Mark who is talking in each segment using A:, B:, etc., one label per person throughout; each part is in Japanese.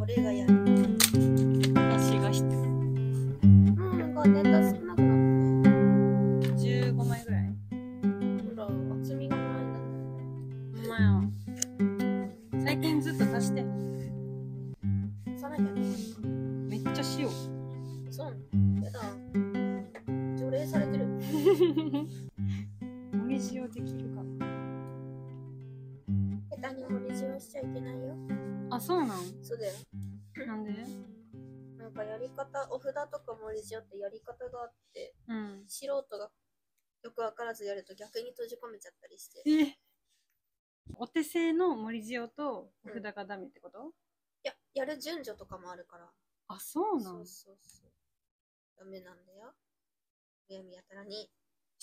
A: 俺がやる。
B: 私が必要
A: なんかネタ少なくなって
B: 15枚ぐらい
A: ほら、厚みがないんだね。
B: ほんまや最近ずっと足して
A: さらにやる。
B: めっちゃ塩
A: そうなのやだ。除霊されてる。
B: おり塩できるか
A: 下手に盛りじはしちゃいけないよ。
B: あそうなん
A: そうだよ。
B: なんで
A: なんかやり方、お札とか盛り塩ってやり方があって、
B: うん
A: 素人がよくわからずやると逆に閉じ込めちゃったりして。い
B: えお手製の盛り塩とお札がダメってこと、
A: や、やる順序とかもあるから。
B: あそうな
A: そ
B: ん
A: うそうそう。ダメなんだよ。むやみやたらに。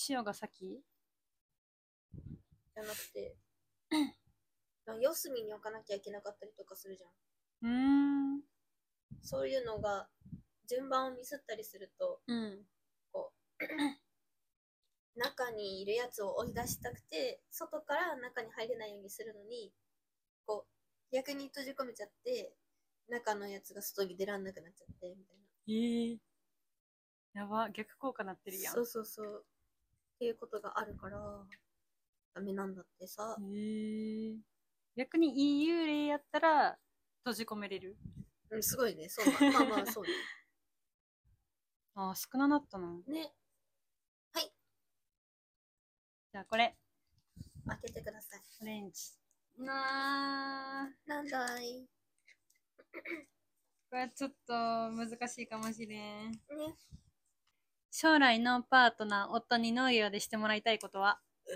B: 塩が先
A: じゃなくて、 四隅に置かなきゃいけなかったりとかするじゃん。
B: うーん
A: そういうのが、順番をミスったりすると、
B: うん
A: 中にいるやつを追い出したくて外から中に入れないようにするのにこう逆に閉じ込めちゃって中のやつが外に出らんなくなっちゃってみたい
B: えー、やば逆効果なってる
A: な
B: やん
A: そうそうそうっていうことがあるからダメなんだってさ
B: えー、逆に EU 例やったら閉じ込めれる
A: うんすごいねそうなまあまあそう
B: あー少ななったな
A: ねね
B: じゃあこれ
A: 開けてください
B: オレンジなー
A: なんだいね
B: これはちょっと難しいかもしれん将来のパートナー夫に農業でしてもらいたいことは
A: え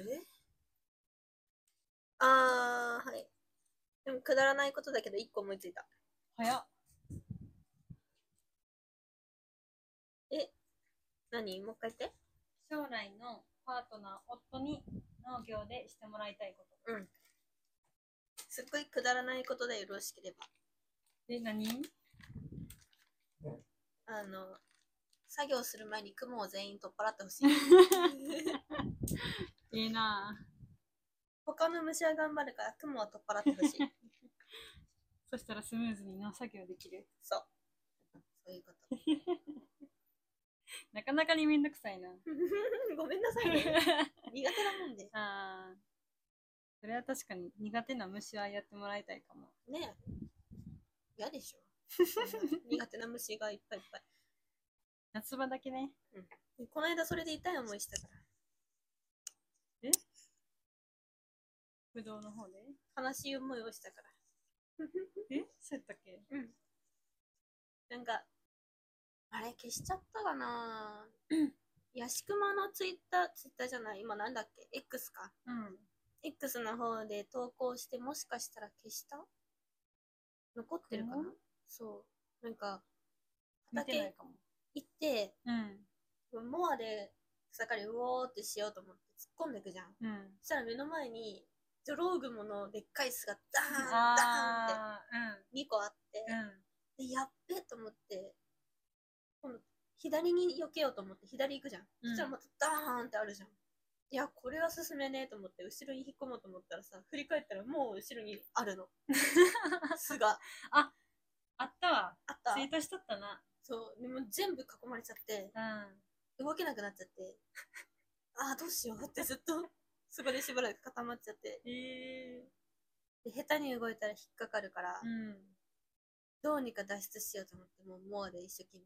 A: あーはいでもくだらないことだけど一個思いついた
B: 早っ
A: 何もう一回言って
B: 将来のパートナー夫に農業でしてもらいたいこと
A: すっごいくだらないことでよろしければ
B: え何
A: あの、作業する前に雲を全員取っ払ってほしい。
B: いいなぁ
A: 他の虫は頑張るから雲を取っ払ってほしい。
B: そしたらスムーズに農作業できる
A: そう。そういうこと。
B: なかなかにめんどくさいな
A: ごめんなさいね。苦手なもんで。
B: あーそれは確かに苦手な虫はやってもらいたいかも
A: ねえ。嫌でしょ。苦手な虫がいっぱいいっぱ
B: 夏場だけね
A: い。この間それで痛い思いしたか
B: ぶどうの方で
A: ら。悲しい思いをしたか
B: えそうやったっけ
A: ら。なんか、あれ消しちゃったかなヤシクマのツイッター、ツイッターじゃない、今なんだっけ ?X か。
B: うん
A: X の方で投稿してもしかしたら消した残ってるかな、
B: うん
A: そうなんか
B: 見てない
A: 畑
B: かも
A: 行って
B: うん
A: モアで草刈りうおーってしようと思って突っ込んでくじゃん
B: うん
A: そしたら目の前にジョロウグモのでっかい巣がダーンダーンって
B: あ
A: 2個あって
B: ーうんうん
A: でやっべと思って今度左に避けようと思って左行くじゃん、
B: う
A: そ
B: ん
A: したらまたダーンってあるじゃんいやこれは進めねえと思って後ろに引っ込もうと思ったらさ振り返ったらもう後ろにあるの巣が
B: あったわ
A: あった
B: ツイートしとったな
A: そうでも全部囲まれちゃって
B: うん
A: 動けなくなっちゃって ああどうしようってずっとそこでしばらく固まっちゃって
B: え
A: で下手に動いたら引っかかるから、
B: うん
A: どうにか脱出しようと思ってもうモアで一生懸命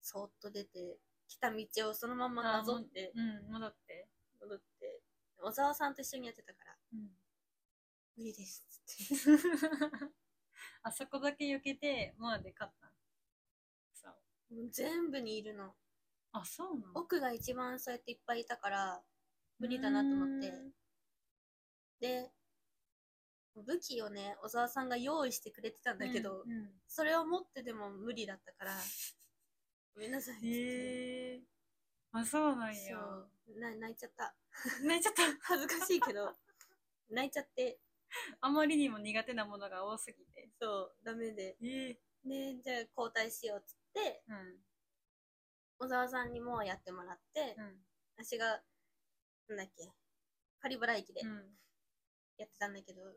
A: そーっと出て来た道をそのままなぞって
B: うん戻って
A: 戻って小沢さんと一緒にやってたから
B: うん
A: 「無理です」っつって
B: あそこだけ避けてまあで勝ったそう
A: もう全部にいるの
B: あそうなの
A: 奥が一番そうやっていっぱいいたから無理だなと思って
B: うん
A: で武器をね小沢さんが用意してくれてたんだけど、
B: うんうん
A: それを持ってでも無理だったからごめんなさいっつって
B: へえあそうなんや
A: そうな泣いちゃった
B: ねちょっと
A: 恥ずかしいけど泣いちゃって
B: あまりにも苦手なものが多すぎて
A: そうダメで
B: ええ
A: でじゃあ交代しようっつって
B: うん
A: 小沢さんにもやってもらって、
B: うん
A: 私がなんだっけカリブラ駅で
B: うん
A: やってたんだけど、うん、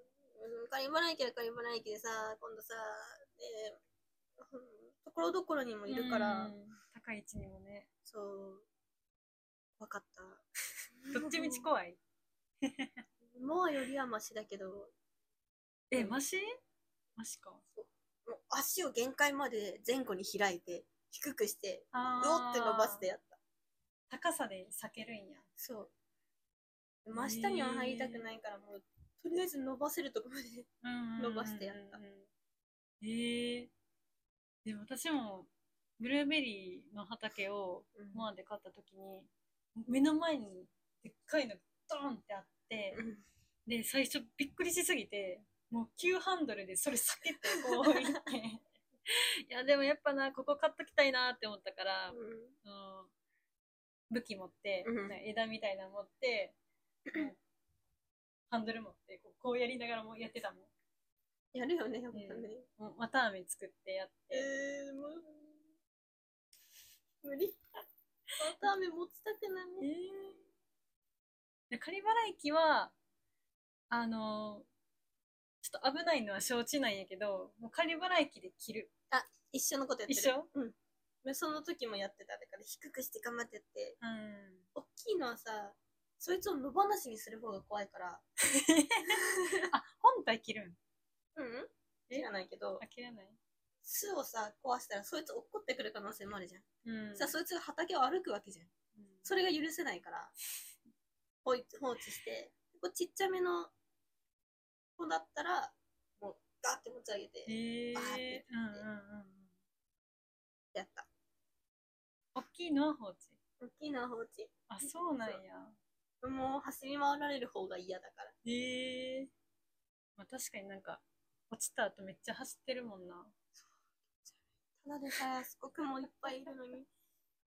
A: カリブラ駅はカリブラ駅でさ今度さ、うんところどころにもいるから、
B: うん高い位置にもね
A: そう分かった
B: どっちみち怖い
A: モアよりはマシだけども
B: えマシマシか
A: う足を限界まで前後に開いて低くしてう
B: あー
A: おって伸ばしてやった
B: 高さで避けるんや
A: そう真下には入りたくないからもうとりあえず伸ばせるとこまで伸ばしてやった
B: うんうんうんうんへえでも私もブルーベリーの畑をモアで買った時に目の前にでっかいのがドーンってあって
A: うん
B: で最初びっくりしすぎてもう急ハンドルでそれ避けてこう行って いやでもやっぱなここ買っときたいなって思ったから、うん武器持って、
A: うん
B: 枝みたいなの持 って、うんハンドル持ってこうこうやりながらもやってたもん。
A: やるよねやっぱね、
B: もう綿あめ作ってやって、
A: えー、もう無理また雨持ちたくない
B: で仮払い機はあのーちょっと危ないのは承知なんやけどもう仮払い機で切る
A: 一緒のことやってる
B: 一緒
A: うんでその時もやってただから低くして頑張ってやって
B: う
A: 大
B: ん
A: きいのはさそいつを野放しにする方が怖いから
B: あ本体切るん
A: うん知らないけど
B: あ切れない
A: 巣をさ壊したらそいつ怒ってくる可能性もあるじゃん、
B: うん
A: さそいつが畑を歩くわけじゃん
B: うん
A: それが許せないから放置放置してこうちっちゃめの子だったらもうガーって持ち上げて
B: へえ
A: バーって
B: うんうんうんうん
A: やった
B: 大きいのは放置
A: 大きいのは放置
B: あそうなんや
A: もう走り回られる方が嫌だから
B: へえまあ確かになんか落ちた後めっちゃ走ってるもんな
A: ただでさえすごくもういっぱいいるのに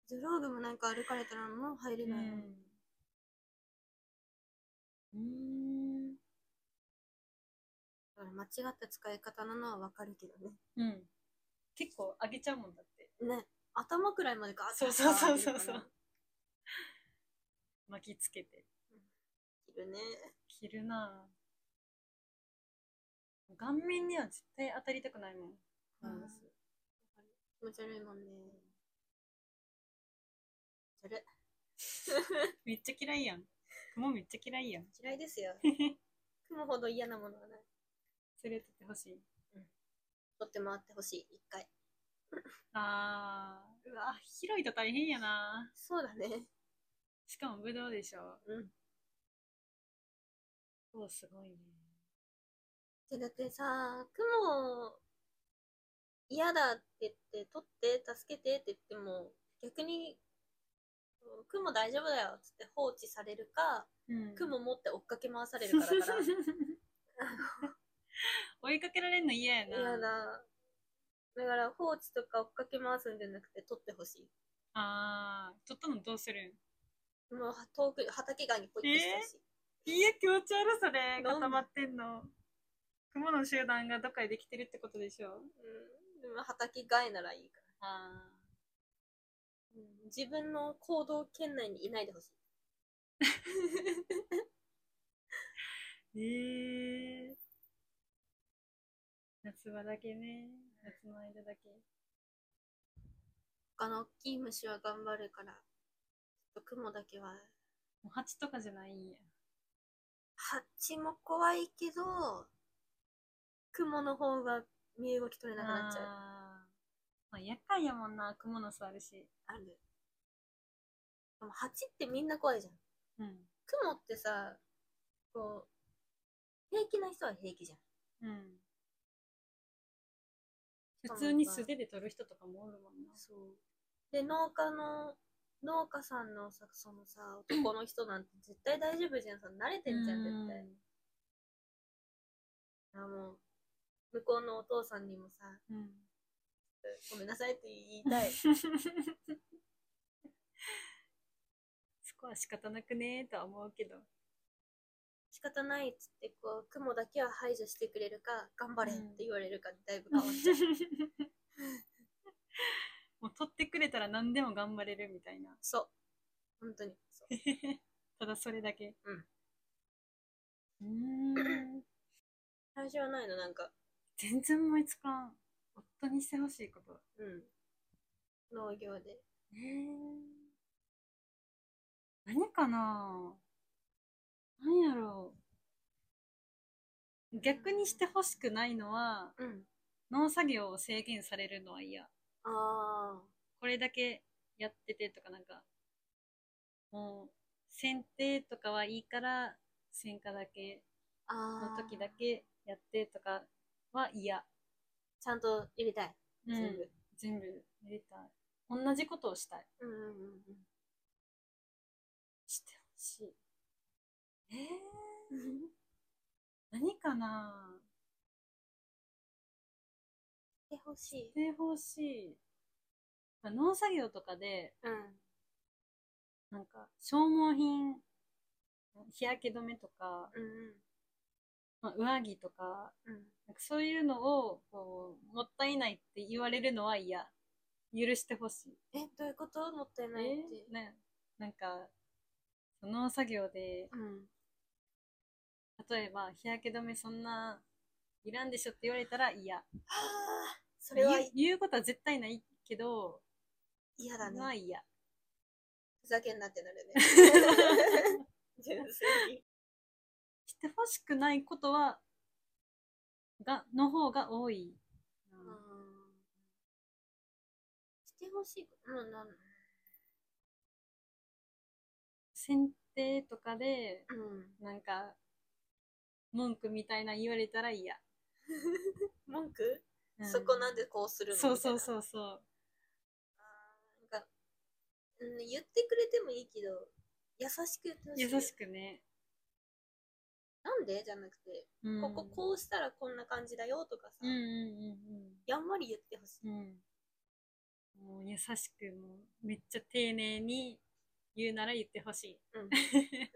A: ズローグもなんか歩かれたらもう入れ
B: う
A: ない、
B: んうん
A: だから間違った使い方なのはわかるけどね
B: うん。結構あげちゃうもんだって。
A: ね頭くらいまでガーッ
B: そうそうそうそうそ
A: 上げ
B: う
A: るか
B: 巻きつけて。
A: らいるね
B: 着るなぁ。顔面には絶対当たりたくないもん。
A: うん
B: うん
A: わかる気持ち悪いもんねそれ
B: めっちゃ嫌いやん。雲めっちゃ嫌いやん。
A: 嫌い ですよ雲ほど嫌なものはない
B: 連れてってほしい。
A: 取って回ってほしい一回
B: あー、うわ、広いと大変やな
A: そうだね
B: ぁ。しかもブドウでしょ。
A: うん
B: そう、すごいね。
A: でだってさ雲嫌だって言って取って助けてって言っても逆に雲大丈夫だよっつって放置されるか
B: う ん
A: 雲持って追っかけ回されるかだから
B: 追いかけられんの嫌やな
A: 嫌だだから放置とか追っかけ回すんじゃなくて取ってほし
B: あー、取ったのどうするん
A: いもうは遠く畑側にポイってしてほしい、
B: いいや、気持ち悪それ。
A: なんで
B: 固まってんの。雲の集団がどっかでできてるってことでしょ
A: うん、でも畑外ならいいか
B: あ
A: ら、うん、自分の行動圏内にいないで ほしい
B: ー。えー。夏場だけね。夏の間だけ。
A: 他の大きい虫は頑張るからちょっと雲だけは
B: もう蜂とかじゃないんや。
A: ハッチも怖いけど、雲の方が身動き取れなくなっちゃう。
B: あーまあ、厄介やもんな。雲の巣あるし。
A: ある。でも、ハチってみんな怖いじゃん。
B: うん。
A: 雲ってさ、こう、平気な人は平気じゃん。
B: うん。普通に素手で取る人とかもおるもんな。
A: そう。で、農家の、農家さんのさ、そのさ、男の人なんて絶対大丈夫じゃん。その慣れてんじゃん、絶対。あ、もう、向こうのお父さんにもさ、
B: うん。 うん。
A: ごめんなさいって言いたい。
B: そこは仕方なくねーとは思うけど。
A: 仕方ないっつってこう雲だけは排除してくれるか頑張れっ
B: うん
A: て言われるかでだいぶ変わっちゃう、
B: もう取ってくれたら何でも頑張れるみたいな。
A: そう本当にそう
B: ただそれだけ。うーん。
A: 最初はないのなんか
B: 全然思いつかん。夫にしてほしいこと。
A: うん。農業で。
B: え何かな何やろう逆にしてほしくないのは
A: うん。
B: 農作業を制限されるのは嫌
A: あ
B: これだけやっててとかなんかもう剪定とかはいいから選果だけ
A: あ。あ
B: の
A: あ。
B: 時だけやってとかは嫌、
A: ちゃんと入れたい。
B: 全
A: 全
B: 部
A: 部。
B: 全部やりたい同じことをしたい
A: うん。うんうん
B: してほしいえ
A: う
B: ー
A: ん。
B: 何かな
A: してほしい。
B: してほしい。まあ農作業とかで、
A: うん。
B: なんか、消耗品、日焼け止めとか、
A: うん
B: まあ、上着とか、
A: うん。
B: なんかそういうのをこう、もったいないって言われるのは嫌。許してほしい。
A: え、どういうこともったいないって。
B: ね、なんか、その農作業で、
A: うん。
B: 例えば日焼け止めそんな、いらんでしょって言われたら嫌。
A: はあ。それは
B: 言う言うことは絶対ないけど、
A: 嫌だ
B: まあ
A: ね。
B: 嫌。
A: ふざけんなってな るね。純粋に。
B: してほしくないことは、が、の方が多いな。
A: してほしいこと。うん、なん。
B: 剪定とかで、
A: うん。
B: なんか、文句みたいな言われたら嫌。
A: 文句、そこなんでこうするの
B: そうそう
A: う。
B: そうそう。
A: なんか、うん、言ってくれてもいいけど、優しく言ってほしい。
B: 優しくね。
A: なんでじゃなくて、
B: うん
A: こここうしたらこんな感じだよとかさ、
B: うんうん
A: やんわり言ってほし
B: うんう
A: い。
B: ん。うん。もう優しく、もう、めっちゃ丁寧に言うなら言ってほしい。
A: うん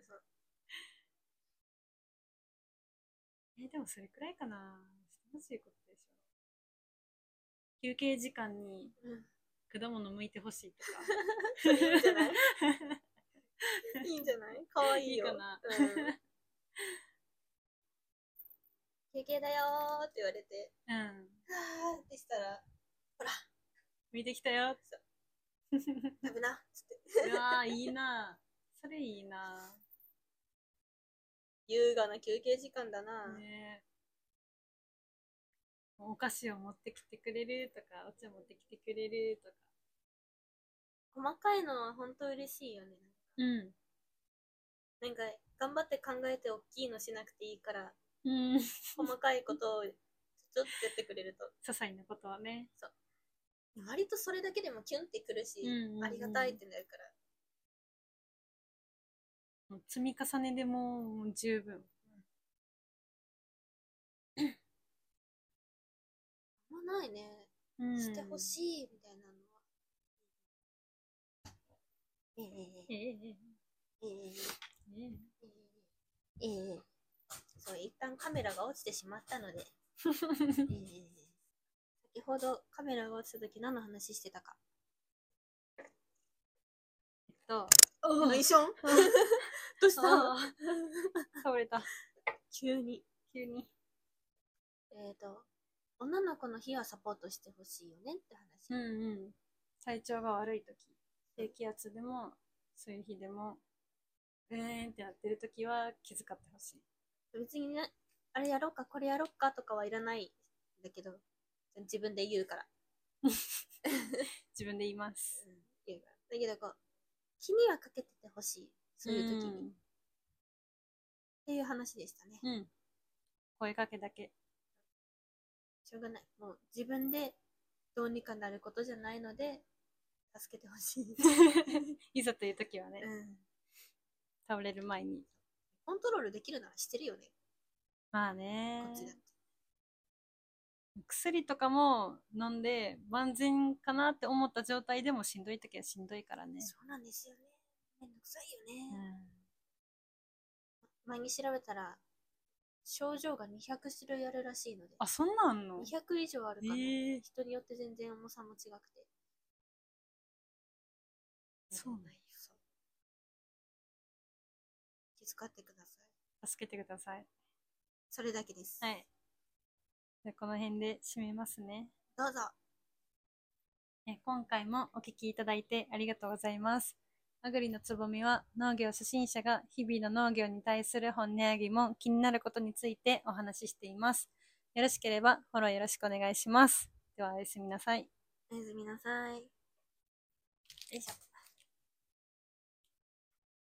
A: そう
B: えーでもそれくらいかな。してほしいことでしょ。休憩時間に
A: うん
B: 果物剥いてほしいと か。
A: いいんじゃないいいんじゃないかわいいよ。
B: いいかな
A: うん、休憩だよーって言われて、
B: うん。
A: はーってしたら、
B: 見てきたよ。う
A: 食べなっつって。
B: わーいいな。それいいな。
A: 優雅な休憩時間だな。
B: ねえお菓子を持ってきてくれるとか、お茶持ってきてくれるとか。
A: 細かいのは本当嬉しいよね。
B: うん。
A: なんか、頑張って考えて大きいのしなくていいから、
B: うん。些
A: 細かいことをちょちょっとやってくれると。
B: 細なことはね。
A: 割とそれだけでもキュンってくるし、
B: うんうんうん
A: ありがたいってなるから。
B: もう積み重ねでもうもう十分。
A: あんまないね。
B: うん
A: してほしいみたいなのは。え
B: え
A: え
B: え
A: え
B: え
A: え
B: ええ
A: えええええそう、一旦カメラが落ちてしまった ので。
B: え
A: ええ先ほどカメラが落ちた時何の話してたか。
B: えっと、
A: ナイション どうし
B: あ
A: た
B: ー倒れた。
A: 急に。
B: 急に。
A: えっ、と、女の子の日はサポートしてほしいよねって
B: う
A: 話。
B: んうん。体調が悪いとき、低気圧でも、そういう日でも、うーんってなってるときは気遣ってほしい。
A: 別にね、あれやろうか、これやろうかとかはいらないんだけど、自分で言うから。
B: 自分で言います。
A: 言うから。だけどこう、気にはかけててほしい。そういう時に。っ。ていう話でしたね。
B: うん。声かけ だけ。
A: しょうがない。もう自分でどうにかなることじゃないので、助けてほ しい。
B: いざという時はね、
A: うん。
B: 倒れる前に。
A: コントロールできるならしてるよね、
B: まあ
A: こ
B: ね。
A: っちだって。
B: 薬とかも飲んで、万全かなって思った状態でもしんどい時はしんどいからね。
A: そうなんですよね。めんどくさいよね。
B: うん
A: 前に調べたら症状が200種類あるらしいので
B: あ、そんなんあんの
A: 200以上あるか
B: え
A: ら、
B: ー、
A: 人によって全然重さも違くて
B: そうなんや
A: そう気遣ってください
B: 助けてください。
A: それだけです、
B: はい。じゃあこの辺で締めますね。
A: どうぞ。
B: え今回もお聞きいただいてありがとうございます。アグリのつぼみは農業初心者が日々の農業に対する本音や疑問、気になることについてお話ししています。よろしければフォローよろしくお願いします。ではおやすみなさい。
A: おやすみなさい。
B: よいしょ。